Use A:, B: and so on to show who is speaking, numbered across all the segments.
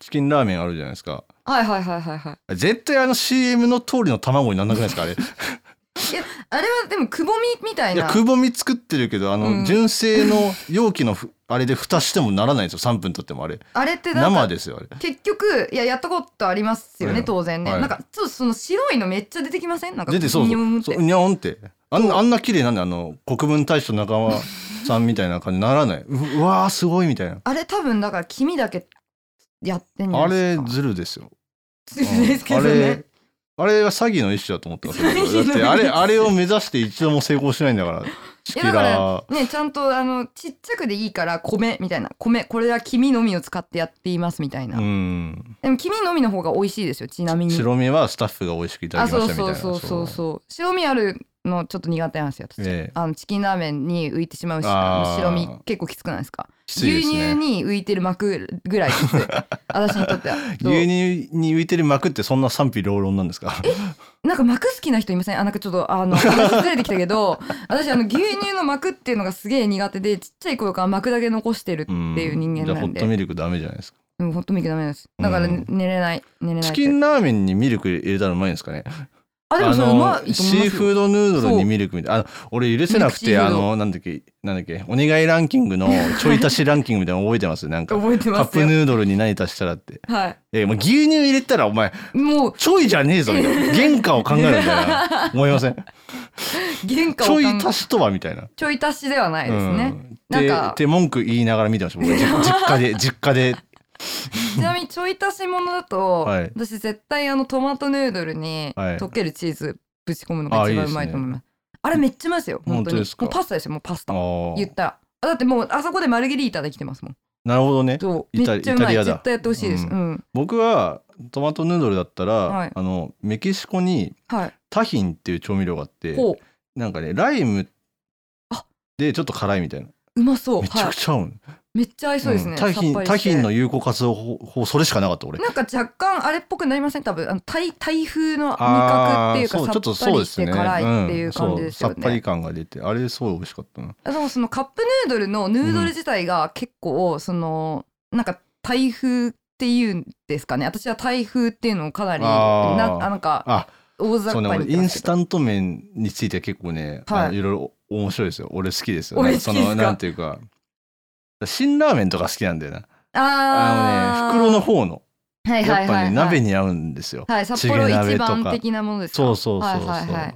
A: チキンラーメンあるじゃないですか。
B: はいはいはいはいはい。
A: 絶対あの CM の通りの卵になんなくないです かあれ。
B: あれはでもくぼみみたい
A: いや
B: な。
A: くぼみ作ってるけどあの、
B: うん
A: 純正の容器のふあれで蓋してもならないんですよ3分とってもあれ
B: あれってなんか
A: 生ですよあれ
B: 結局いややったことありますよね、
A: うん
B: 当然ね、
A: はい
B: なんかちょっとその白いのめっちゃ出てきませんなんか
A: 出てそう
B: ビ
A: そ
B: ヨーン
A: う
B: って
A: そうにゃんってあんあんな綺麗なんであの国分太一と仲間さんみたいな感じにならないううわーすごいみたいな
B: あれ多分だから黄身だけやってんじゃ
A: あ
B: ない
A: れ
B: ですか
A: ずるですよ、
B: ずるですけ
A: あ
B: どね
A: れあれは詐欺の一種だと思ってます
B: 詐欺の一
A: だっ
B: 種
A: てあれあれを目指して一度も成功しないんだからチキ
B: いやだか
A: ラ
B: らねちゃんとあのちっちゃくでいいから米みたいな米これは黄身のみを使ってやっていますみたいな、
A: うん
B: でも黄身のみの方が美味しいですよちなみに
A: 白身はスタッフが美味しくいただ
B: あ
A: きま
B: そ
A: し
B: う
A: たみたい
B: そう
A: な
B: そうそう
A: う
B: そう白身あるのちょっと苦手なんですよ私、
A: ええ
B: あのチキンラーメンに浮いてしまうし
A: あー
B: 白身結構きつくないですか
A: きついです
B: 牛乳
A: ね
B: に浮いてる膜ぐ らいきつい私にとってはそう
A: 牛乳に浮いてる膜ってそんな賛否両論なんですか
B: なんか膜好きな人いませんあなんかちょっとあの話ずれてきたけど 私あの牛乳の膜っていうのがすげえ苦手でちっちゃい頃から膜だけ残してるっていう人間
A: じゃあ
B: な
A: ホ
B: ん
A: ッ
B: で
A: トミルクダメじゃないですか
B: うんホットミルクダメなんですだから、
A: うん
B: 寝れない寝れない
A: チ
B: って
A: キンラーメンにミルク入れたらうまいんですかね
B: あでもそれうまいと思い
A: シ
B: ます
A: ー
B: よ
A: フードヌードルにミルクみたいなあの俺許せなく
B: ミルクシー
A: て
B: フー
A: あ
B: ド
A: のなんだっけなんだっけお願いランキングのちょい足しランキングみたいなの覚えてますなんか
B: 覚えて
A: カッ
B: ます
A: プ
B: よ
A: ヌードルに何足したらって
B: は
A: えもう牛乳入れたらお前
B: いもう
A: ちょいじゃねえぞみたいな原価を考えるみたい な思いません
B: 原価を
A: ち
B: 考
A: ょい
B: え
A: 足しとはみたいな
B: ちょい足しではないですね、
A: うん、で
B: なんか
A: で文句言いながら見てま した僕実実家で実家で
B: ちなみにちょい足しものだと、
A: はい
B: 私絶対あのトマトヌードルに
A: はい
B: 溶けるチーズぶち込むのが一
A: あいいで
B: 番う
A: すね
B: まいと思います。あれめっちゃうまいですよ本当
A: 本当
B: に
A: ですか
B: もうパスタですよもうパス
A: あ
B: タ
A: ー
B: 言ったらあだってもうあそこでマルゲリータできてますもん
A: なるほどね
B: そう
A: イ
B: め
A: タ
B: っちゃうま
A: イタ
B: い
A: リアだ
B: 絶対やってほしいですう、
A: うん僕はトマトヌードルだったら、
B: はい
A: あのメキシコに
B: はい
A: タヒンっていう調味料があって
B: ほう
A: なんかねライム
B: あ
A: でちょっと辛いみたいな
B: うまそう
A: めちゃ
B: は
A: くちゃ合う、ん
B: いめっちゃ合いそうですね、
A: んタヒン
B: さっぱりして
A: タヒンの有効活用法法それしかなかった俺
B: なんか若干あれっぽくなりません多分あのタイタイ風の味覚
A: あ
B: ってい
A: ー
B: うか
A: そうちょっと
B: さっ
A: そ
B: ぱ
A: う
B: り
A: で
B: し
A: す
B: て
A: ね
B: 辛いっていうん感じですよ
A: そうさっぱり
B: ね、
A: 感が出てあれすごい美味しかったな
B: あでもそのカップヌードルのヌードル自体が結構そのなんかタイ風っていうんですかね私はタイ風っていうのをかなり
A: あー
B: なあなんか
A: あ
B: 大雑
A: そうね
B: 把
A: 俺
B: に
A: インスタント麺については結構ね、
B: はい
A: あのいろいろ面白いですよ俺好きですよ
B: お
A: なん
B: 好き
A: か
B: です
A: そ
B: か
A: のなんていうか辛ラーメンとか好きなんだよな
B: あ
A: あのね袋の方の
B: のね
A: やっぱね鍋
B: に
A: に合うんですよ
B: はい札幌
A: チゲ鍋
B: 一
A: とか
B: 番的なものですか
A: そうそうそうそう、
B: はいはいはい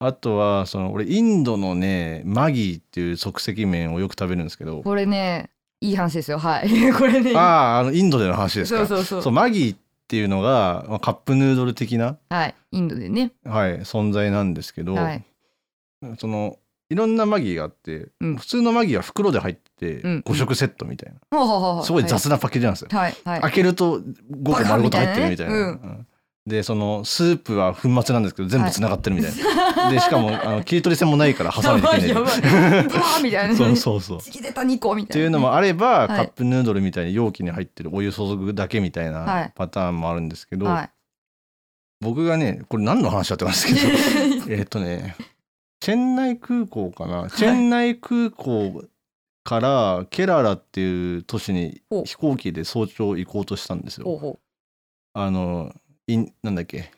A: あとはその俺インドのねマギーっていう即席麺をよく食べるんですけど
B: これねいい話ですよはい これね
A: あああのインドでの話ですか
B: そうそうそう
A: そうマギーっていうのが、まあ、カップヌードル的な、
B: はいインドでね
A: はい、存在なんですけど、
B: はい
A: そのいろんなマギーがあって、
B: うん
A: 普通のマギーは袋で入ってて
B: うん
A: 5食セットみたいな、
B: ほうほうほうほう
A: すごい雑なパッケージなんですよ、
B: はいはい
A: 開けると5個丸ごと入ってるみたいな。
B: バカみ
A: うんでそのスープは粉末なんですけど全部つながってるみたいな、でしかもあの切り取り線もないから挟めていけない
B: やばいやばいブワーみたいな ね
A: そうそうそう。っ
B: ちぎれた2個みたいな
A: ていうのもあれば、
B: い
A: カップヌードルみたいに容器に入ってるお湯注ぐだけみたい
B: は
A: ないパターンもあるんですけど、
B: はい
A: 僕がねこれ何の話だってますけどえっとねチェンナイ空港かな、チェンナイ空港からケララっていう都市に
B: ほう
A: 飛行機で早朝行こうとしたん です
B: ほう
A: よ。
B: ほう
A: あのインなんだっけ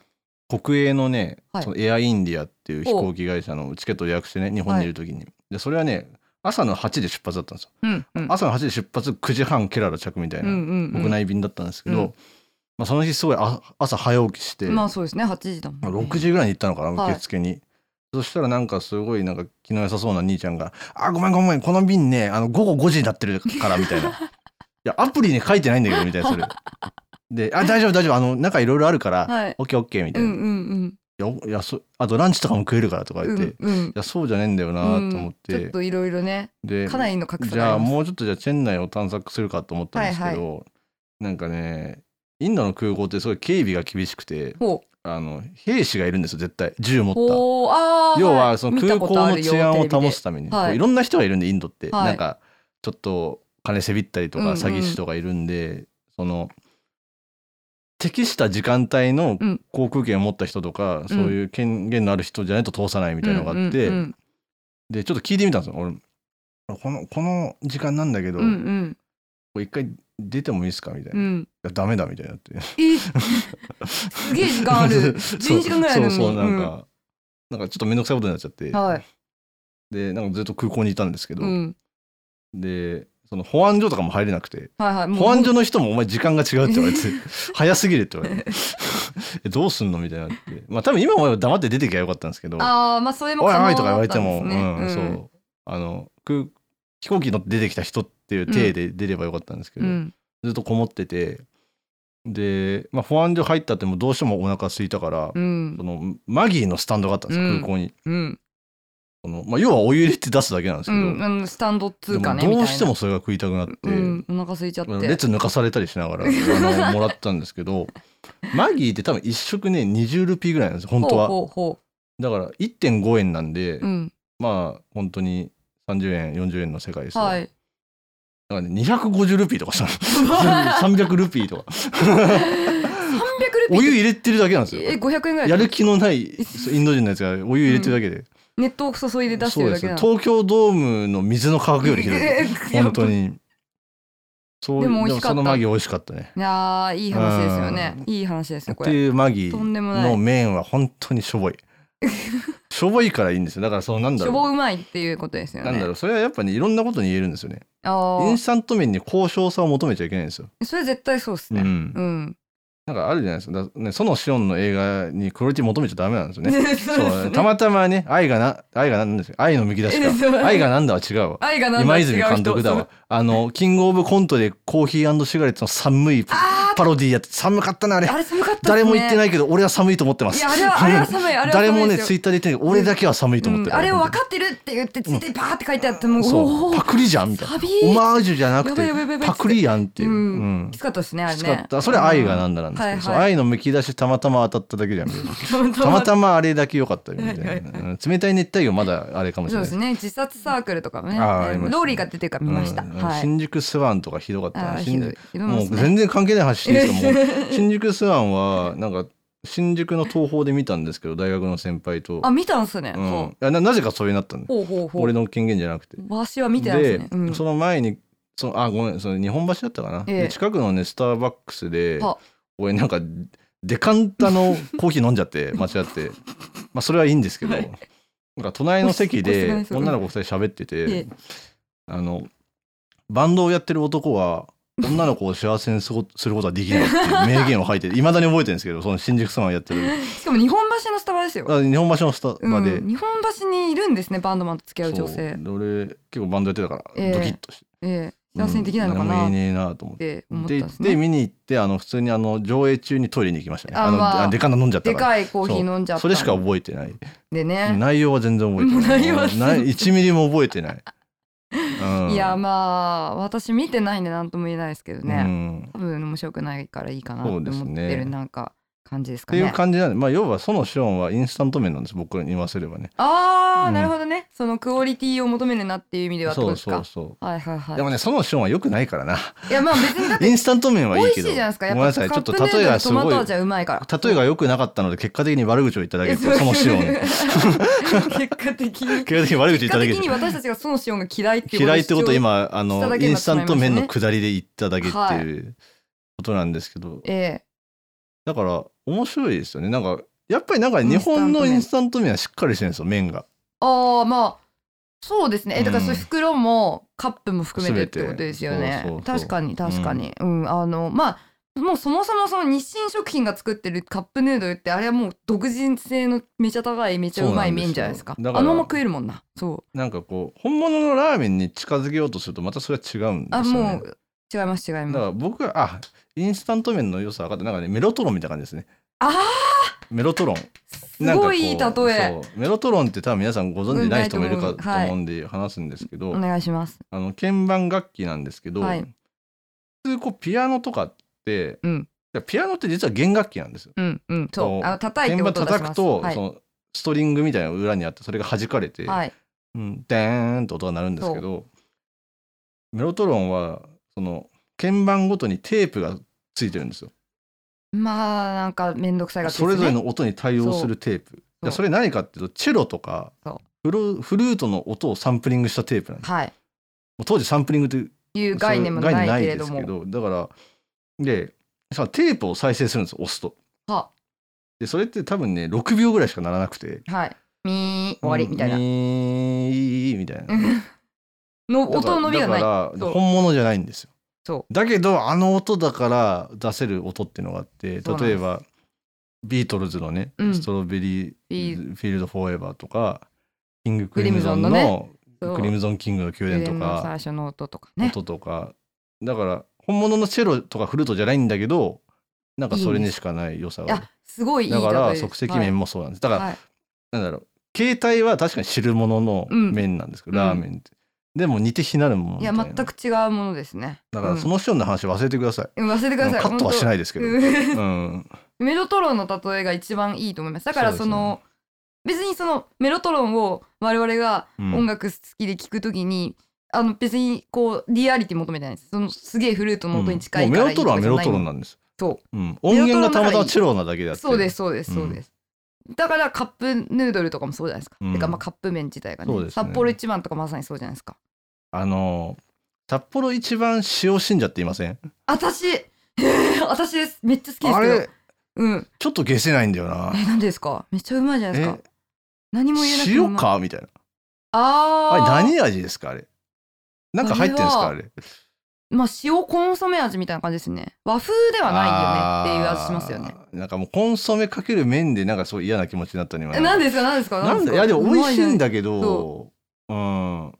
A: 国営のね、
B: はい
A: そのエアインディアっていう飛行機会社のチケットを予約してね日本にいる時に、でそれはね朝の8時出発だったんですよ
B: うんうん
A: 朝の8時出発9時半ケララ着みたい
B: うん
A: な
B: うんうん
A: 国内便だったんですけど、
B: うん
A: まあ、その日すごいあ朝早起きして、
B: ま
A: ま
B: あそうですね8時だもんね、
A: あ6時ぐらいに行ったのかな
B: はい
A: 受付に、そしたらなんかすごいなんか気の良さそうな兄ちゃんが「あごめんごめんこの便ねあの午後5時になってるから」みた いな「いやアプリに書いてないんだけど」みたいなそれ。で「あ大丈夫大丈夫あのなんかいろいろあるから、
B: はい
A: オッケーオッケー」みた
B: う
A: い
B: ん
A: な「
B: うん
A: いやおいやそあとランチとかも食えるから」とか
B: うん
A: 言って「
B: う
A: い
B: んうん
A: やそうじゃねえんだよな」と思っ
B: う
A: て
B: ん、ちょっ、といろいろね
A: で
B: かなりの格差
A: じ
B: が
A: ゃ
B: あ
A: あ
B: ります
A: もうちょっとじゃあチェン内を探索するかと思ったんですけど、なんかねインドの空港ってすごい警備が厳しくて
B: ほう
A: あの兵士がいるんですよ絶対銃持った
B: ほうあー
A: 要
B: い
A: はその
B: 見た
A: 空
B: こ
A: 港
B: とあ
A: の
B: るよ
A: 治安を
B: テレビ
A: 保
B: で
A: つために
B: はい
A: いろんな人がいるんでインドって、
B: はい
A: なんかちょっと金せびったりと
B: うん
A: か
B: うん
A: 詐欺師とかいるんで、その適した時間帯の
B: うん
A: 航空券を持った人とか、そういう権限のある人じゃないと通さないみたいなのがあって、
B: うんうん
A: でちょっと聞いてみたんですよ俺このこの時間なんだけど、
B: うんうん
A: これ一回出てもいいですかみたいうな、い
B: ん。
A: やダメだみたいになって
B: えすげえ時間ある。12時間ぐらいなの に。
A: そうそうそうなんか、なんかちょっと面倒くさいことになっちゃって、
B: うんはい。
A: でなんかずっと空港にいたんですけど、
B: うん。
A: でその保安所とかも入れなくて
B: はいはい。もう
A: 保安所の人も「お前時間が違う」って言われて「早すぎる」って言わ れて「えどうすんの?」みたいになってまあ多分今思えば黙って出てきゃよかったんですけど「
B: ああ、まあそれも
A: おい
B: 可能
A: お
B: だ
A: い」
B: っ
A: とか言われて
B: たんで
A: も、
B: すね
A: うんそうあの空飛行機乗って出てきた人っていう体で出ればよかったんですけ
B: う
A: ど、
B: ん。
A: ずっとこもっててで、まあ、保安所入ったってもうどうしてもお腹空いたから、
B: うん
A: そ。のマギーのスタンドがあったんですよ
B: うん
A: 空港に。
B: うん。
A: そのまあ、要はお湯入れて出すだけなんです
B: う
A: けど、
B: ん。あのスタンドっつうかね。
A: でも
B: み
A: どう
B: たいな
A: してもそれが食いたくなって、
B: うん。お腹空いちゃって。
A: 列抜かされたりしながら あのもらったんですけどマギーって多分1食ね20ルピーぐらいなんですよ本当は
B: ほうほうほ
A: だから1.5円なんで、
B: う。うん。
A: まあ本当に30円40円の世界ですよ、
B: はい。
A: だからね250ルピーとか したの300ルピーとか
B: 300ルピー。
A: お湯入れてるだけなんです
B: え、
A: よ
B: 500円ぐらい。
A: やる気のないインド人のやつがお湯入れてるだけで、
B: 熱湯を注いで出し
A: そ
B: て
A: う
B: る
A: で
B: だ
A: す
B: けな
A: よ
B: の。
A: 東京ドームの水の価格よ りひどい 本当にそう
B: でも美味しかっ
A: で
B: た
A: もそのマギー美味しかったね
B: いやーいい話ですよね。いい話ですよ、こ
A: って
B: れ。
A: いうマギー
B: とんでもない
A: の麺は本当にしょ ぼいしょぼいからいいんですよだからそのなんだ
B: しょ
A: ろ
B: ぼうまいっていうことです
A: う
B: よね。
A: なんだろうそれはやっぱねいろんなことに言えるんですよね
B: あ
A: イン
B: ー
A: スタント麺に高尚さを求めちゃいけないんですよ、
B: それ絶対そうですね。
A: ん
B: うん。
A: なんかあるじゃないですかだねそのシオンの映画にクオリティ求めちゃダメなんですよ
B: そう
A: ね
B: です
A: そう
B: ね
A: たまたまね愛がな愛がなんですよ愛のむき出し
B: そう
A: か愛がなんだは違うわ
B: 愛がなん
A: 今
B: だ違う人
A: 泉監督だわ。あのキングオブコントでコーヒーシガレットの寒い
B: あ
A: パロディやって寒かったなあれ
B: ーあれ寒かったっすね。。
A: 誰も言ってないいけど俺は寒いと思ってます
B: や、あれは、あれ は寒い。あれは寒い
A: 誰もね
B: です
A: ツ
B: よ
A: イッターで言ってないけど俺だけは寒いと思って
B: う
A: る、
B: んあれを分かってるって言って、ついてパーって書いてあって、もう、
A: そ
B: お
A: う
B: ー
A: パクリじゃんみたいな
B: サビ
A: オマージュじゃなく
B: やばい
A: て
B: やばいやばいやばい
A: パクリやんっていう、
B: う
A: うんん
B: きつかったですね、あれ
A: き
B: ね。
A: つかったそれ愛がなんだなんですけど、そう
B: はいはい
A: 愛のむき出しでたまたま当たっただけじゃんみたいな
B: た
A: たまたまあれだけ良かったみたい
B: はい
A: な、
B: はい
A: うん冷たい熱帯魚まだあれかもし
B: そ
A: れな
B: うで
A: い
B: すね自殺サークルとかもね
A: あーありましたね
B: ローリーが出てるから見ました、
A: うん
B: はい
A: 新宿スワンとかひどかった
B: あ
A: な
B: ー
A: 新
B: ひどい
A: 宿
B: ひどい
A: も
B: で
A: う
B: すね
A: 全然関係ない話していいです かもう新宿スワンはなんか新宿の東宝で見たんですけど大学の先輩と
B: あ見たんすね、
A: う
B: ほ
A: ん、いやななぜかそれになったんだ
B: うほうほうほう
A: 俺の権限じゃなくて
B: わしは見てないですね、うん、
A: その前にそのあごめんその日本橋だったかな、
B: ええ
A: で近くのねスターバックスで
B: は
A: 俺なんかデカンタ のコーヒー飲んじゃって間違ってまあそれはいいんですけど、
B: はい
A: なんか隣の席
B: お
A: で
B: おすごい
A: 女の子二人喋ってて、
B: ええ
A: あのバンドをやってる男は女の子を幸せにすごすることはできないっていう名言を書いていまだに覚えてるんですけどその新宿スマンをやって る
B: しかも日本橋のスタバですよ、
A: あ日本橋のスタ
B: う
A: バで、
B: ん、日本橋にいるんですねバンドマンと付き合う
A: そ
B: 女
A: う
B: 性
A: で俺結構バンドやってたから、
B: ええ
A: ドキッとして
B: ええ幸せにできないのか
A: うん何も
B: なっ
A: 言えねえなと思って。
B: て思ったん
A: で
B: です
A: で
B: ね
A: 見に行ってあの普通にあの上映中にトイレに行きましたね
B: あ
A: あの
B: まあ
A: あデカンナ飲んじゃっ
B: で
A: たから
B: かいコーヒー飲んじゃった
A: それしか覚えてない
B: でね、
A: 内容は全然覚えてない
B: 内容は全然
A: ない1ミリも覚えてない、うん
B: いやまあ私見てないんで何とも言えないですけど
A: う
B: ね、
A: ん
B: 多分面白くないからいいかなって
A: そ
B: 思
A: うですね
B: ってるなんか感じです
A: っ
B: か
A: て
B: ね
A: いう感じなんで、まあ、要はそのシオンはインスタント麺なんです僕らに言わせればね
B: あー、
A: うん
B: なるほどねそのクオリティを求めるなっていう意味ではってこ
A: そ
B: と
A: う
B: ですか
A: そうそ
B: はいはいは
A: う
B: い
A: でもねそのシオンは良くないからな
B: いやまあ別にだって
A: インスタント麺はい
B: 美
A: い
B: 味し
A: け
B: い
A: ど
B: じゃないですか
A: ご
B: やっ
A: めんな
B: ぱ
A: さいちょっと
B: カップ
A: 例え
B: ヌードル
A: が
B: と
A: す
B: トマ
A: ご
B: ト
A: い
B: 味はうまいから
A: 例えが良くなかったので結果的に悪口を言っただけですよそのシオン に
B: 結果的に
A: 結果的に悪口言っ
B: 結
A: た
B: 果
A: だけ
B: 的
A: です
B: に私たちがそのシオンが嫌いっていう
A: 嫌いってことを
B: を
A: 今あ
B: した
A: の
B: だけ
A: イ
B: に
A: ン
B: なっ
A: ス
B: て
A: タ
B: し
A: ン
B: まいました
A: ト
B: ね
A: 麺の下りで言っただけっていうことなんですけど、
B: え
A: だから面白いですよねなんかやっぱりなんか日本のインスタント麺はしっかりしてるんですよ麺が
B: えああまあそうですねえだからそうれ
A: ん
B: 袋もカップも含めてって
A: 全て
B: ことですよね
A: そうそうそう
B: 確かに確かにうん、あのまあもうそもそもその日清食品が作ってるカップヌードルってあれはもう独自性のめちゃ高いめちゃうまい麺じゃないですか
A: そうなんですよだか
B: あ
A: ら
B: のまま食えるもんなそう
A: なんかこう本物のラーメンに近づけようとするとまたそれは違うんで
B: あ
A: すよね
B: もう違います違い
A: だか
B: ます
A: ら僕はあインスタント麺の良さ分かってなんかねメロトロンみたいな感じですね
B: ああ
A: メロトロン
B: すごいいい例
A: なんかこう
B: え
A: そうメロトロンって多分皆さんご存知ない人もいる
B: う
A: か
B: ん
A: と
B: ない
A: 思う
B: と思
A: んで話すんですけど、
B: お願いします
A: あの鍵盤楽器なんですけど、
B: はい
A: 普通こうピアノとかって、
B: うん
A: いやピアノって実は弦楽器なんですよ。
B: うんうん
A: そ
B: そう
A: う
B: あの叩い
A: 鍵
B: て音を
A: 盤
B: 出します
A: 叩くと、
B: はい
A: そのストリングみたいなのが裏にあってそれが弾かれて、
B: はい
A: うん、デーンと音が鳴るんですけどメロトロンはその鍵盤ごとにテープがついてるんですよ。
B: まあなんか面倒くさいがちです
A: そ
B: ね
A: れぞれの音に対応するテープ。いやそれ何かっていうとチェロとか
B: そ
A: フルフルートの音をサンプリングしたテープなんです。
B: はい
A: もう当時サンプリングって
B: いう概念も
A: そうう概
B: ないけれ
A: で
B: ど
A: す
B: も
A: けどだからでさテープを再生するんです押すと。
B: は
A: でそれって多分ね6秒ぐらいしかならなくて
B: はいみー終わりみたいな、
A: うんみーみたいな。
B: の音の伸びがない
A: だから
B: そう
A: 本物じゃないんですよ
B: そ
A: だけどあの音だから出せる音っていうのがあって
B: そうなんです
A: 例えばビートルズのね、
B: うん
A: ストロベリ
B: ビ
A: ー
B: ー
A: フィールド・フォーエバーとかキング・ク
B: ク
A: リ
B: リ
A: ム
B: ムゾ
A: ゾン
B: ン
A: の
B: のねそう
A: クリムゾン・キングの宮殿
B: クレー
A: と
B: ムの
A: か
B: 最初の音とかね
A: 音とかだから本物のチェロとかフルートじゃないんだけどなんかそれにしかない良さがある
B: あすごいいい
A: だか
B: 例え
A: ら
B: です
A: 即席麺もそうなんですだから
B: はい
A: なんだろう携帯は確かに汁物の
B: うん
A: 麺なんですけど、
B: うん
A: ラーメンって、でも似て非なるもの
B: い
A: みた
B: や
A: いな
B: 全く違うものですね
A: だからそ
B: の、
A: の人の話忘れてください、
B: うん忘れてください
A: カットはしないですけど、
B: 本当うん
A: うん、
B: メロトロンの例えが一番いいと思いますだから
A: そうで
B: そ
A: すね
B: の別にそのメロトロンを我々が
A: うん
B: 音楽好きで聴くときに、あの別にこうリアリティ求めてないですそのすげえフルートの音に近い
A: もう
B: か
A: メ
B: ら
A: ロ
B: いい
A: ト
B: と
A: ロン
B: か
A: は
B: じ
A: メロト
B: ゃないの
A: ロンなんです、
B: そ
A: うん、音源がたまたまチェロなだけであ
B: う
A: って
B: そうですそうですそうです、だからカップヌードルとかもそうじゃないですか、
A: うん
B: てかまあカップ麺自体がね
A: そうですね
B: 札幌一番とかまさにそうじゃないですか
A: あの札幌一番塩信者って言いません
B: 私 私ですめっちゃ好きです
A: あ
B: けど
A: れ
B: うん
A: ちょっと消せないんだよな
B: えなんでですかめっちゃうまいじゃないですか
A: え
B: 何も言えなくてうまい
A: 塩かみたいな
B: あー
A: あれ何味ですかあれなんか入ってんですかあ
B: あ
A: れ
B: まあ塩コンソメ味みたいな感じですね和風ではないよねっていう味しますよね
A: あーなんかもうコンソメかける麺でなんかすごい嫌な気持ちになったね今
B: えなんですかなんですか
A: なんだいやでも美味しいん
B: だ
A: だけどうん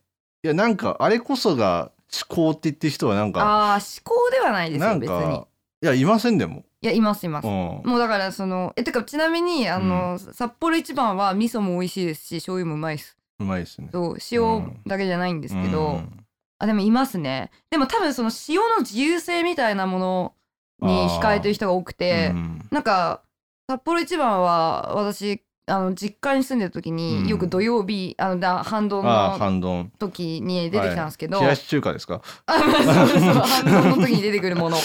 A: いやなんかあれこそが思考って言ってる人はなんか
B: ああー思考ではないです
A: な
B: よ
A: ん
B: 別に
A: かいやいませんでも、
B: いやいますいます
A: うん、
B: もうだからそのえてかちなみにあの、札幌一番は味噌も美味しいですし醤油もうまいです
A: うまいですね。
B: そう
A: う
B: 塩
A: ん
B: だけじゃないんですけど、
A: うん
B: あでもいますねでも多分その塩の自由性みたいなものに控えてる人が多くて、
A: うん
B: なんか札幌一番は私あの実家に住んでる時
A: うん
B: によく土曜日、あのだ反動
A: ああ
B: の
A: 反動
B: 時に出てきたんですけど、
A: 冷やし中華ですか
B: あまあそうそう反動の時に出てくるもの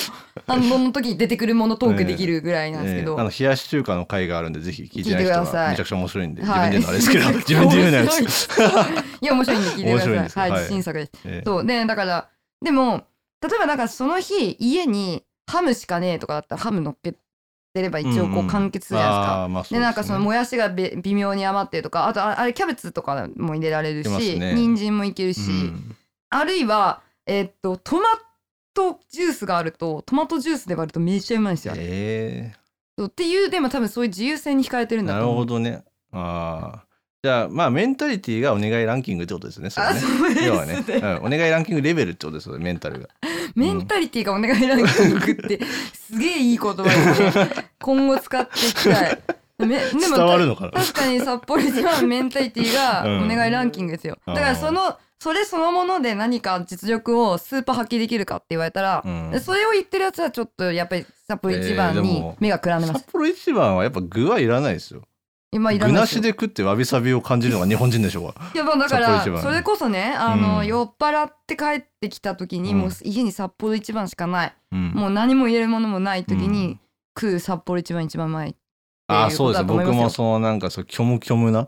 B: 反動の時に出てくるものトークできるぐらいなんですけど、
A: ええあの冷やし中華の回があるんでぜひ聞いてない人
B: 聞いてくださ
A: はいめちゃくちゃ面白いんで、
B: はい
A: 自分で言うのあれですけど自 分で言うのあれですけど
B: いや面白いんで聞いて
A: 面白いん
B: く
A: で
B: だ
A: す
B: さい。
A: は
B: はいい、新作です。
A: ええ
B: そうねだからでも例えばなんかその日家にハムしかねえとかだったらハム乗っけてれば一応こう完結するじゃないですか。
A: あーまあそう
B: でなんかその
A: も
B: もやしがべ微妙に余ってるとかあとああれキャベツとかも入れられる
A: いけます
B: し、
A: ね
B: 人参もいけるし、あるいはえっとトマトジュースがあるとトマトジュースで割るとめっちゃうまいんですよ、あれ
A: え
B: そうっていうでも多分そういう自由性に惹かれてる
A: え
B: んだ
A: な
B: と
A: る
B: 思
A: ほ
B: う
A: どねああじゃあまあメンタリティがお願いランキングってことですねそれ
B: あ
A: ね
B: そうですね
A: 要はね、うん、お願いランキングレベルってことですよねメンタルが
B: メンタリティーがお願いランキングってすげえいい言葉で すね今後使っていきたいめでも
A: 伝わるのかな
B: た確かに札幌一番メンタリティーがお願いランキングですよ、
A: うん
B: だからそのそれそのもので何か実力をスーパー発揮できるかって言われたら、
A: うん
B: それを言ってるやつはちょっとやっぱり札幌一
A: えー
B: 番
A: で
B: に
A: も
B: 目がくらんでます、
A: 札幌一番はやっぱ具はいらないですよ
B: 今いら
A: 具
B: な
A: な
B: いです
A: し
B: よ
A: で食ってわびさびを感じるのが日本人でしょうが
B: いやまあだか
A: 札幌一番
B: らそれこそねあの、
A: うん
B: 酔っ払って帰ってきた時
A: う
B: に
A: ん
B: もう家に札幌一番しかない、
A: うん
B: もう何も入れるものもない時
A: う
B: に食う札幌一番一番前
A: ああ
B: っていう
A: そ
B: こ
A: う
B: と
A: です
B: だと思い
A: 僕
B: ますよ
A: もそのなんかそう虚無虚無な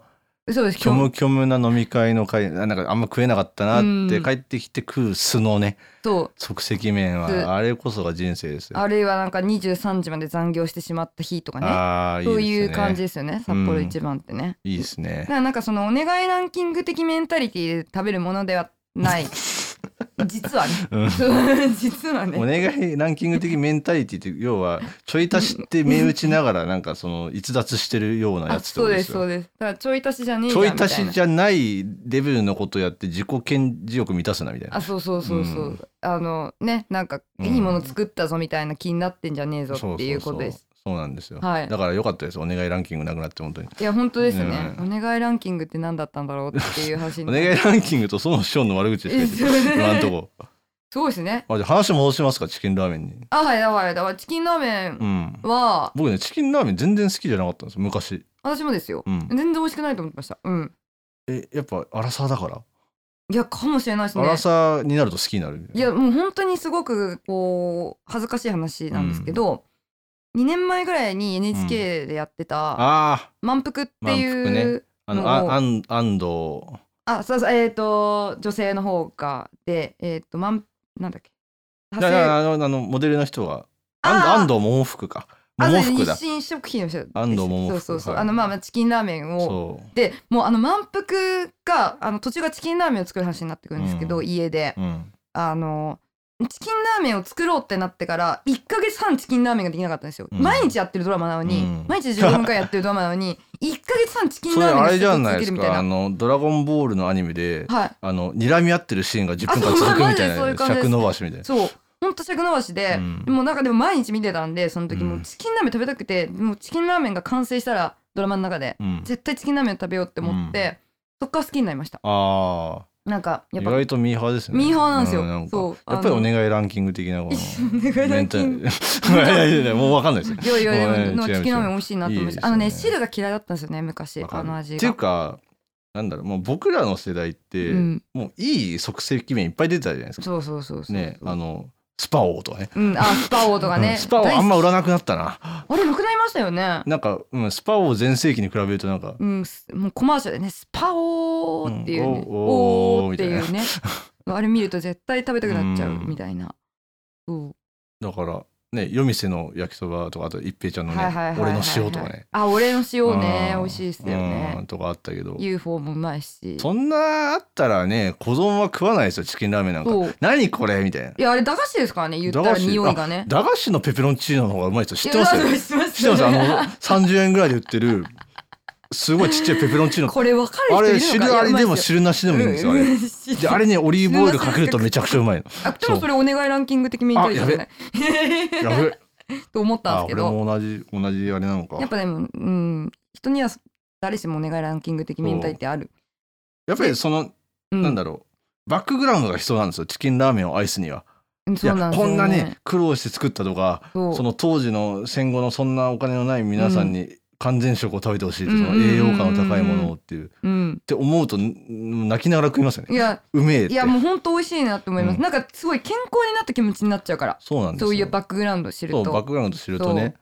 B: そうです
A: 虚
B: 今
A: 無
B: 日
A: 虚無な飲み会の会なんかあんま食えなかったなって
B: うん
A: 帰ってきて食う素のね
B: と
A: 即席麺
B: う
A: はあれこそが人生ですよ
B: あるいはなんか23時まで残業してしまった日とかね
A: ああ
B: そう
A: いい
B: い
A: です
B: う
A: ね
B: 感じですよね札幌一番ってね、
A: いいです
B: だ
A: ね
B: からなんかそのお願いランキング的メンタリティで食べるものでは ない実はね
A: うん
B: そう実は
A: お
B: ね
A: 願いランキング的メンタリティって要はちょい足しって銘打ちながらなんかその逸脱してるようなや
B: あ
A: つって
B: そ
A: こ
B: う
A: とで
B: ですすそ
A: よ
B: うですだからちょい足しじゃねえ
A: ち
B: じゃ
A: ょ
B: んみ
A: い
B: たいな
A: 足しじゃないレベルのことやって自己顕示欲満たすなみたいな
B: あそうそうそうそう、
A: うん
B: あのねなんか
A: うん
B: いいもの作ったぞみたいな気になってんじゃねえぞっていうことです、
A: そうそうそうそうなんですよ、
B: はい
A: だから良かったですお願いランキングなくなって本当に
B: いや本当ですね、
A: う
B: お願いランキングって何だったんだろうっていう話に
A: お願いランキングと孫師匠の悪口で
B: え
A: す
B: そ
A: よ
B: う
A: 今んとこ
B: そうですね
A: あじゃあ話戻しますかチキンラーメンに
B: あはいだからだからチキンラーメ
A: う
B: ン
A: ん
B: は、
A: 僕ねチキンラーメン全然好きじゃなかったんですよ昔
B: 私もですよ、
A: うん
B: 全然美味しくないと思ってましたうん
A: えやっぱ荒さだから
B: いやかもしれないですね
A: 荒さになると好きになるみた
B: い
A: いな
B: やもう本当にすごくこう恥ずかしい話なんですけど、2年前ぐらいに NHK でやってた
A: あ
B: 「満腹」って
A: 満腹
B: いう、
A: ねああの
B: もう
A: あ安安藤
B: あそうそうえっ、と女性の方がでえっ、と満なんだっけ
A: だからあのあのモデルの人は安安藤桃福か
B: あ
A: 桃福だ
B: 日清食品の人です
A: 安藤桃
B: そ
A: 福
B: うそうそう、
A: はい
B: あのまあまあチキンラーメン
A: そ
B: をでもうあの満腹があの途中がチキンラーメンを作る話になってくるんですけど、
A: う
B: 家で
A: う、うん、
B: あのチキンラーメンを作ろうってなってから1ヶ月半チキンラーメンができなかったんですよ、
A: うん
B: 毎日やってるドラマなのに、
A: うん
B: 毎日15分間やってるドラマなの に1ヶ月半チキン
A: それ
B: ラーメン
A: あ
B: が
A: れ
B: ずっ
A: じ
B: と
A: ゃないで
B: 続ける
A: す
B: みたい
A: かあ
B: な。
A: の「ドラゴンボール」のアニメで
B: はい
A: あの睨み合ってるシーンが10分間
B: あそう
A: 続くみたい
B: マジでそうい
A: な
B: う感じです
A: 尺伸ばしみたいな。
B: そうほんと尺伸ばしで、
A: うん
B: もうなんかでも毎日見てたんでその時
A: うん
B: もうチキンラーメン食べたくて、もうチキンラーメンが完成したらドラマの中で、
A: うん
B: 絶対チキンラーメン食べようって思って、そっから好きになりました
A: あ
B: なんか
A: あ
B: や
A: 意
B: っぱ
A: 外とミーハーですね。
B: ミーハーなんですよ、
A: うか
B: そう
A: やっぱりお
B: い
A: 願いランキング的なこの
B: お 願いランキング
A: メンタル いやいやいやもうわかんないですよ。
B: いやいやで
A: 違
B: も
A: う違う
B: チキンラーメン美味しいなと思い
A: いいで
B: ました
A: すね
B: あのね汁が嫌いだったんですよね昔
A: わか
B: あ
A: る
B: の味
A: ってい
B: が
A: うかなんだろうもう僕らの世代って、
B: うん、
A: もういい即席麺いっぱい出てたじゃないですか。
B: そうそうそうそう
A: ねあのスパ王とかね。
B: うん、あスパ王とか
A: う
B: ね
A: んスパ王あんま売
B: 大好
A: らなくなったな。
B: きあれなくなりましたよね
A: なんか、うん、スパ王全盛期に比べるとなんか
B: うんすもうコマーシャルでねスパオーっていうね、
A: うん
B: お
A: おー
B: ーっていうねあれ見ると絶対食べたくなっちゃうみたいな、そう
A: だからね夜店の焼きそばとかあと一平ちゃんのね
B: はいはいはいはい
A: 俺の塩とかね。
B: あ俺の塩ね
A: うん
B: 美味しいですよね
A: うんとかあったけど
B: UFO もうまいし
A: そんなあったらね子供は食わないですよチキンラーメンなんか。
B: そう
A: 何これみたいな。
B: いやあれ駄菓子ですからね言ったら匂いがね
A: 駄菓子のペペロンチーノの方がうまいですよ知ってます
B: い
A: よ
B: や
A: 知っ
B: 知ってます
A: てますあの30円ぐらいで売ってるすごいちっちゃいペペロンチーノ
B: これ分か
A: あ
B: る
A: れ
B: 人
A: 汁
B: いるのか
A: ありでも汁なしでもいいんですよあれであ
B: れ
A: れ ねオリーブオイルかけるとめちゃくちゃうまいの
B: あでもそれお願いランキング的メニューじゃ ない
A: やべ
B: と思った
A: あ
B: んですけ
A: 俺
B: ど
A: も同じ同じあれなのか
B: やっぱでもうん人には誰しもお願いランキング的メニューってある
A: やっぱりその
B: う
A: なんだろうバックグラウンドが必要なんですよチキンラーメンを愛すには
B: うん
A: い
B: そ
A: や
B: うなんです
A: こ
B: よ
A: んなね苦労して作ったとか
B: そう
A: その当時の戦後のそんなお金のない皆さんに完全食を食べてほしいってその栄養価の高いものをっていうっ
B: うん
A: て思うとん泣きながら食いますよね
B: いや
A: うめえって
B: いやもう本当美味しいなって思います、
A: うん
B: なんかすごい健康になった気持ちになっちゃうから
A: そうなんですよ
B: そういうバックグラウンド知る
A: そうバッ
B: と
A: クグラウンド知るとね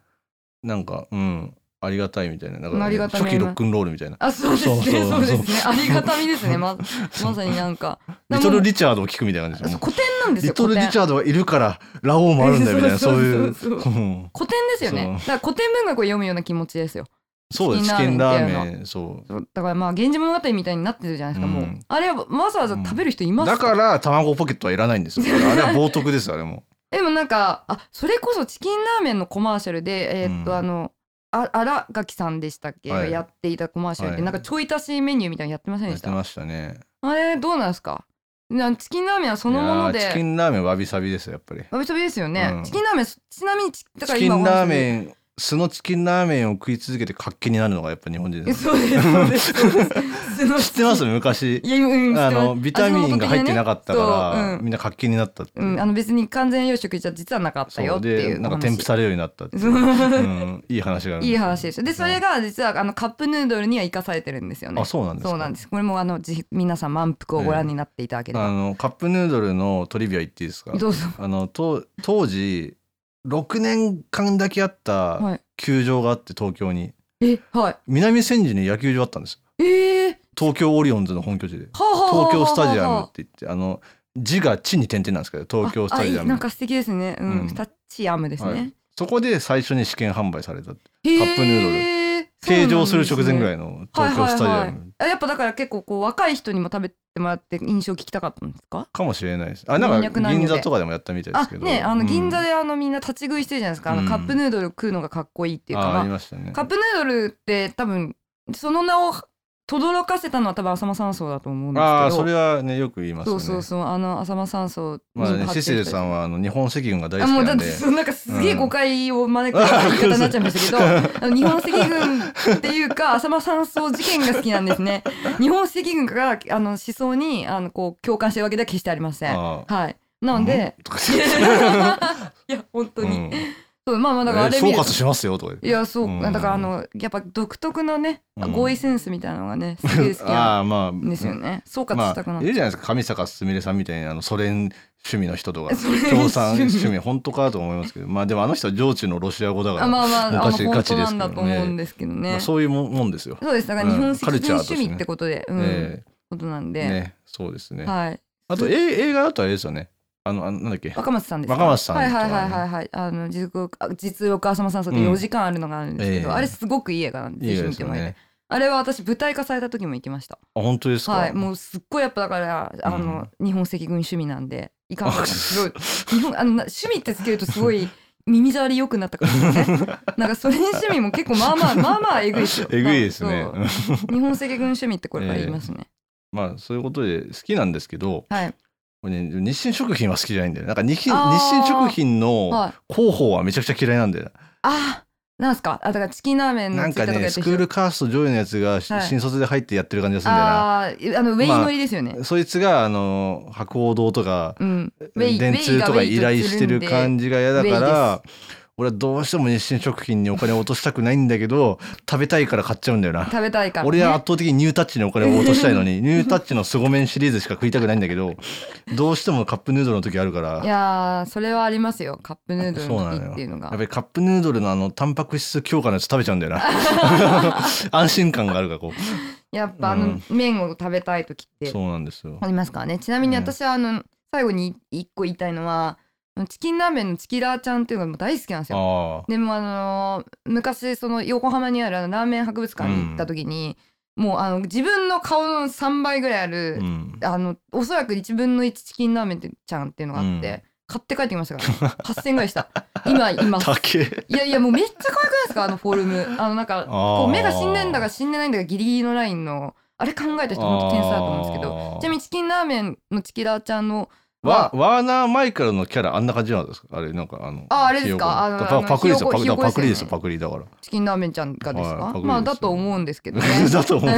A: なんかうんありがたいみたいななんか、
B: ありがたみ
A: 初期ロックンロールみたいな
B: あそうですねそう
A: そうそうそう
B: ですねありがたみですねままさにな んか
A: リトル・
B: リ
A: リチャードを聞くみたいな感じですよ
B: 古典なんですよ
A: リトル・リ
B: 古典
A: チャードはいるからラオウもあるんだよみたいな
B: そ
A: そうう
B: そ
A: いうう
B: そうそう
A: うん
B: 古典ですよ
A: そ
B: ね
A: う
B: だから古典文学を読むような気持ちですよ
A: そうです
B: チ
A: チ
B: キ
A: キ
B: ン
A: ン
B: ラ
A: ラ
B: ーメン
A: ーメンそう
B: そうだからまあ「源氏物語」みたいになってるじゃないですか、も
A: う
B: うんあれはわざわざ食べる人います
A: だから卵ポケットはいらないんですよあれは冒涜ですよあれも
B: でもなんかあそれこそチキンラーメンのコマーシャルでえーっと、
A: うん
B: あのあ新垣さんでしたっけ、
A: はい
B: やっていたコマーシャルで、
A: はい
B: なんかちょい足しメニューみたいなのやってません
A: や
B: で
A: っ
B: してた
A: ましたね
B: あれどうなんですかなんチキンラーメンはそ
A: こ
B: のもの
A: チキ
B: で
A: ンラーメンわびさびですよやっぱり
B: わびさびですよね、
A: うん
B: チキンラーメンちなみにちだ
A: チ
B: から
A: キ
B: 今
A: ンラー
B: ン
A: メン素のチキンラーメンを食い続けて活気になるのがやっぱ日本人です
B: そうですそうですそうですその
A: 知ってます昔
B: いやうん
A: あのビタミンが入ってな
B: かっ
A: かったから、
B: そううん
A: みんな活気になったって
B: た、
A: いう、
B: うん、あの別に完全養殖じゃ実はなかったよ
A: そう
B: ってい
A: でな
B: う
A: んか
B: お話
A: 添付されるようになったってい う、
B: そう
A: うん、いい話があるん
B: いい
A: よ
B: 話ですよでそれが実はあのカップヌードルには生かされてるんですよね
A: あそうなんですか
B: そうなんですこれもあのぜひ皆さん満腹をご覧になっていただけれ
A: あ
B: ば、
A: のカップヌードルのトリビア言っていいですか
B: どうぞ
A: あのと当時6年間だけあった
B: はい
A: 球場があって東京に
B: えはい
A: 南千住に野球場あったんですよ
B: えー、
A: 東京オリオンズの本拠地で
B: はあはあはあはあ
A: 東京スタジアムって言ってあの字が地に点々なんですけど東京スタジ
B: ああ
A: ア
B: いいなん
A: ム
B: か素敵ですねうん、
A: うん
B: スタチアムですね、
A: はいそこで最初に試験販売された
B: へ
A: カップヌードル
B: ー
A: 定常する直前ぐら
B: い
A: いの東京スタジ
B: は
A: ア
B: いはいは
A: ム
B: やっぱだから結構こう若い人にも食べてもらって印象聞きたかったんですか
A: かもしれないですあなん
B: 200
A: か
B: 何秒
A: 銀
B: で
A: 座とかでもやったみたいで
B: あ
A: すけど
B: ねあの銀座
A: っ
B: であのみんな立ち食いしてるじゃないですか、あ
A: う
B: の
A: ん
B: カップヌードル食うのがかっこいいって
A: て
B: いうか、ま
A: あ
B: あ
A: ありましたね
B: カップヌードルって多分その名を轟かせたのは多分浅間山荘だと思うんですけど
A: ああそれはねよく言いますね
B: そうそうそうあの浅間山荘に
A: まあね
B: 貼って
A: シ
B: る
A: セル
B: 人
A: さんはあの日本赤軍が大
B: あも
A: 好
B: う
A: きな
B: だっ
A: ん
B: て
A: で
B: そのなんかすげえ
A: うん
B: 誤解を 招くような言い方になっちゃいましたけど、あの日本赤軍っていうか浅間山荘事件が好きなんです ね日本赤軍があの思想にあのこう共感してるわけでは決してありません
A: ああ
B: はいなので
A: うんとか
B: い
A: 言って
B: や いや本当に、
A: うん
B: そうまあまあだからあ
A: え
B: れ
A: 総
B: 見る
A: 括
B: と
A: しますよとか言って
B: いやそう、
A: うん
B: だからあのやっぱ独特のね、
A: うん
B: 合意センスみたいなの がねすげえ好きな
A: ああまあ
B: んですよね総括
A: ま
B: したくな
A: あ
B: っ
A: い
B: て、
A: るじゃないですか上坂すみれさんみたいなあのソ連趣味の人 とか
B: ソ連趣味
A: 共産趣味本当かと思いますけどまあでもあの人は上智のロシア語だか
B: あ
A: ら
B: まあまああの
A: ガチ
B: 本
A: ガチ
B: 当
A: で
B: な
A: す
B: ん
A: け
B: だ
A: ど
B: と思うん
A: ね
B: ですけど
A: ま
B: ね
A: あ
B: そう
A: そういうももんですよ。
B: ですだから日
A: う
B: 本
A: ん
B: 赤
A: カルチ
B: 人
A: ャーとして
B: 趣味ってことで、うん
A: ええ
B: ことなんで、
A: ねそうですね。
B: はい
A: あとえ映画だとあれですよね。
B: ず
A: あとえあのあのなんだっけ
B: 若松さんですか
A: 若松さん
B: はい
A: とか
B: はい
A: ね
B: はいはいはいあの実力あ実力浅間さんそうで
A: うん
B: 4時間あるのがあるんですけど、
A: ええ
B: あれすごくいい映画なんで
A: いい
B: ぜひ
A: で
B: 見
A: す
B: て
A: よ
B: もらいたい、
A: ね
B: あれは私舞台化された時も行きました
A: あ本当ですか、
B: はいもうすっごいやっぱだからあの、日本赤軍趣味なんでいかん
A: あ
B: すごい日本あのな趣味ってつけるとすごい耳障り良くなったからです ねなんかそれに趣味も結構まあまあまあまあえぐいですよ
A: えぐいですね
B: そう日本赤軍趣味ってこれから言いますね、
A: まあそういうことで好きなんですけど
B: はい
A: これね日清食品は好きじゃないんだよなんか日清
B: あー
A: 日清食品の
B: はい
A: 広報はめちゃくちゃ嫌いなんだよ
B: あなんすかあだからチキンラーメンの
A: なん
B: ツ
A: か
B: イッターとかや
A: ね
B: って
A: ス
B: る
A: ク
B: 人
A: ールカースト上位のやつがし
B: はい
A: 新卒で入ってやってる感じがするんだよな、
B: あーあのウェイ乗りですよね。
A: そいつがあの博報堂とか
B: うん、ウェイ
A: 電通とか依頼してる感
B: じ。
A: じが嫌だか
B: ウェイ
A: ら俺はどうしても日清食品にお金を落としたくないんだけ ど食べたいから買っちゃうんだよな
B: 食べたいから、ね。
A: 俺は圧倒的にニュータッチにお金を落としたいの にニュータッチの凄麺シリーズしか食いたくないんだけどどうしてもカップヌードルの時あるからや
B: いやーそれはありますよカップヌードル
A: そうな
B: の
A: の
B: 時
A: よ
B: っていうのが
A: っぱりカップヌードルのあのタンパク質強化のやつ食べちゃうん だよな安心感があるからこう
B: やっぱあの、
A: うん
B: 麺を食べたい時って
A: そうなんですよ
B: ありますからねちなみに
A: うん
B: 私はあの、最後に一個言いたいのはチキンラーメンのチキラーちゃんっていうのがもう大好きなんですよ。
A: ああ
B: でもあのー昔その横浜にあるあのラーメン博物館に行った時に、もうあの自分の顔の3倍ぐらいある
A: うん
B: あのおそらく1分の1チキンラーメンってちゃんっていうのがあって、
A: うん
B: 買って帰ってきましたから、ね、8000円ぐらいした 今今
A: 高え
B: いやいやもうめっちゃ可愛くないですかあのフォルムあのなんか
A: あー
B: こう目が死んでんだか死んでないんだかギリギリのラインのあれ考えた人本当天才だと思うんですけど
A: あー
B: ちなみにチキンラーメンのチキラーちゃんの
A: ワワーナー・マイケルのキャラあんな感じなんですかあれなんかあの
B: ああれですか
A: ひよこ
B: あの
A: パ
B: あの
A: パクリですよパク
B: ひ
A: リだか
B: よこ
A: らパクリですよ
B: ひ
A: パクリだから
B: チキンラーメンちゃんがですか、
A: はいパクリですよ
B: まあだと思うんですけど ね
A: だと思う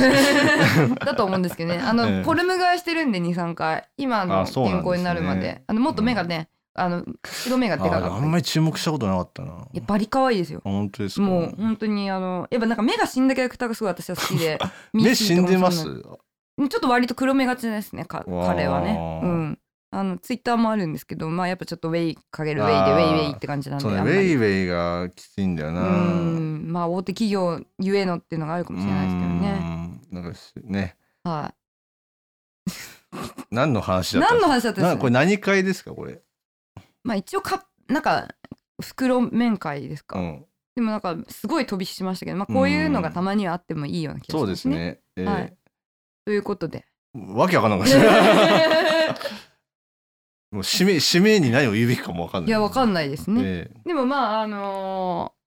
B: だと思うんですけどねあの、
A: ええ
B: フォルム替えしてるんで23回今の
A: あそうなんですね
B: 健康になるまであのもっと目がね、あの白目がでかかった
A: ああんまり注目したことなかったなあ
B: いやバリ可愛いですよ
A: 本当ですか
B: もう本当にあのやっぱなんか目が死んだキャラクターがすごい私は好きで
A: 目
B: ミッキ
A: 死
B: ーと
A: ん
B: か
A: で
B: も
A: ま
B: そう
A: す
B: なんちょっと割と黒目がちですねか
A: わあ
B: 彼はねうんあのツイッターもあるんですけどまあやっぱちょっとウェイかけるウェイ
A: あ
B: で
A: ー
B: ウェイウェイって感じなんで
A: そうね
B: あ
A: ウ
B: んま
A: ェ
B: り
A: イウェイがきついんだよ
B: う
A: なうん
B: んまあ大手企業ゆえのっていうのがあるかもしれないですけどね
A: なんかしね
B: は
A: 何の話
B: い
A: だった
B: 何の
A: 話
B: 話だったんですか
A: これ何回ですかこれ
B: まあ一応かなんか袋面会ですか、
A: うん
B: でもなんかすごい飛びしましたけど、まあ、こういうのがたまにはあってもいいような気がし
A: そ
B: ま
A: うですす
B: ね。
A: ねえー
B: はいというこ とで。
A: わけわかんなかった もう締め締めに何を言うべきかもわかんない
B: いやわかん
A: い
B: ないですね。
A: え
B: でもまああのー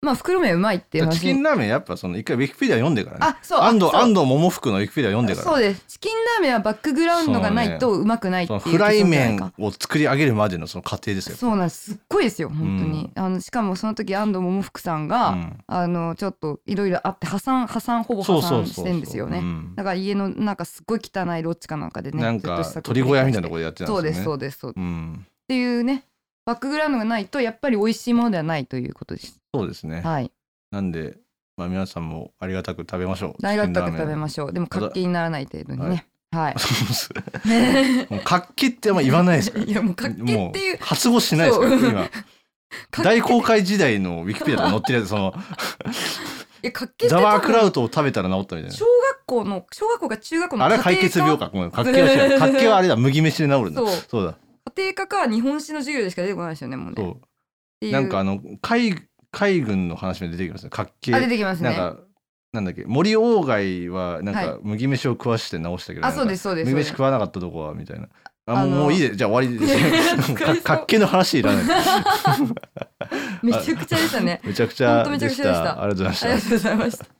B: まあ袋麺うまいっていう
A: え
B: 話
A: チキンラーメンやっぱその一回ウィキペディア読んでからね
B: あそう
A: 安藤
B: あそう
A: 安藤桃福のウィキペディア読んでから
B: そうですチキンラーメンはバックグラウンドがないとうまくないっ
A: そ
B: てい
A: の
B: う
A: フライ
B: 結論じゃない
A: 麺
B: か
A: を作り上げるまでのその過程ですよ。
B: そうなんですすっごいですよ本当に、あのしかもその時安藤桃福さんが、
A: うん
B: あのちょっといろいろあって破産破産ほぼ
A: そ
B: 破
A: うそう
B: 産
A: そうそ
B: し
A: う
B: てんですよね
A: うん
B: だから家のなんかすっごい汚いロッチかなんかでね
A: なん
B: ずっ
A: か
B: と試作を
A: 鳥小屋みたいなところでやってたん
B: そう
A: で
B: ですす
A: よね。
B: そうですそうで
A: う
B: す
A: ん
B: っていうねバックグラウンドがないとやっぱり美味しいものではないということです
A: そうですね。
B: はい
A: なんで、まあ、皆さんもありがたく食べましょう。
B: 大学とか食べましょうでも活気にならない程度にねはい、
A: す。もう活気ってあん ま言わないですから。
B: いやもう活気
A: も
B: っていう
A: 発語しないですか
B: そう
A: ら今
B: 活気
A: 大公開時代のウィキペディアとか載ってるやつその
B: いや活気って
A: ザワークラウ
B: 多
A: トを食べたら治ったみた
B: 分
A: い
B: 小
A: な
B: 学校の小学校が中学校の
A: あれは解決病かごめん活気は違う活気はあれだ麦飯で治るんだ
B: そう
A: そうだ
B: 家庭科か日本史の授業でしか出てこないですよねもうねっ
A: そう
B: ていう
A: なんかあの海海軍の話も出てきますね活気
B: あ出てきます
A: な
B: ね
A: んか、なんだっけ、森鴎外は、なん
B: は
A: か、麦飯を食わして直したけど、
B: あそう
A: す。
B: ですそう
A: 麦
B: ですそう
A: 飯
B: です
A: 食わなかったとこは、みたいな。あ、
B: あ
A: もう
B: の
A: もういいで、じゃあ終わり です。
B: 疲れそう
A: か っけの話いらない。
B: めちゃくちゃでしたね
A: めちゃくちゃ
B: ほんとめちゃ
A: で
B: く
A: し
B: ちゃでした
A: た。ありがとうございまし
B: あり
A: た
B: が。とうございました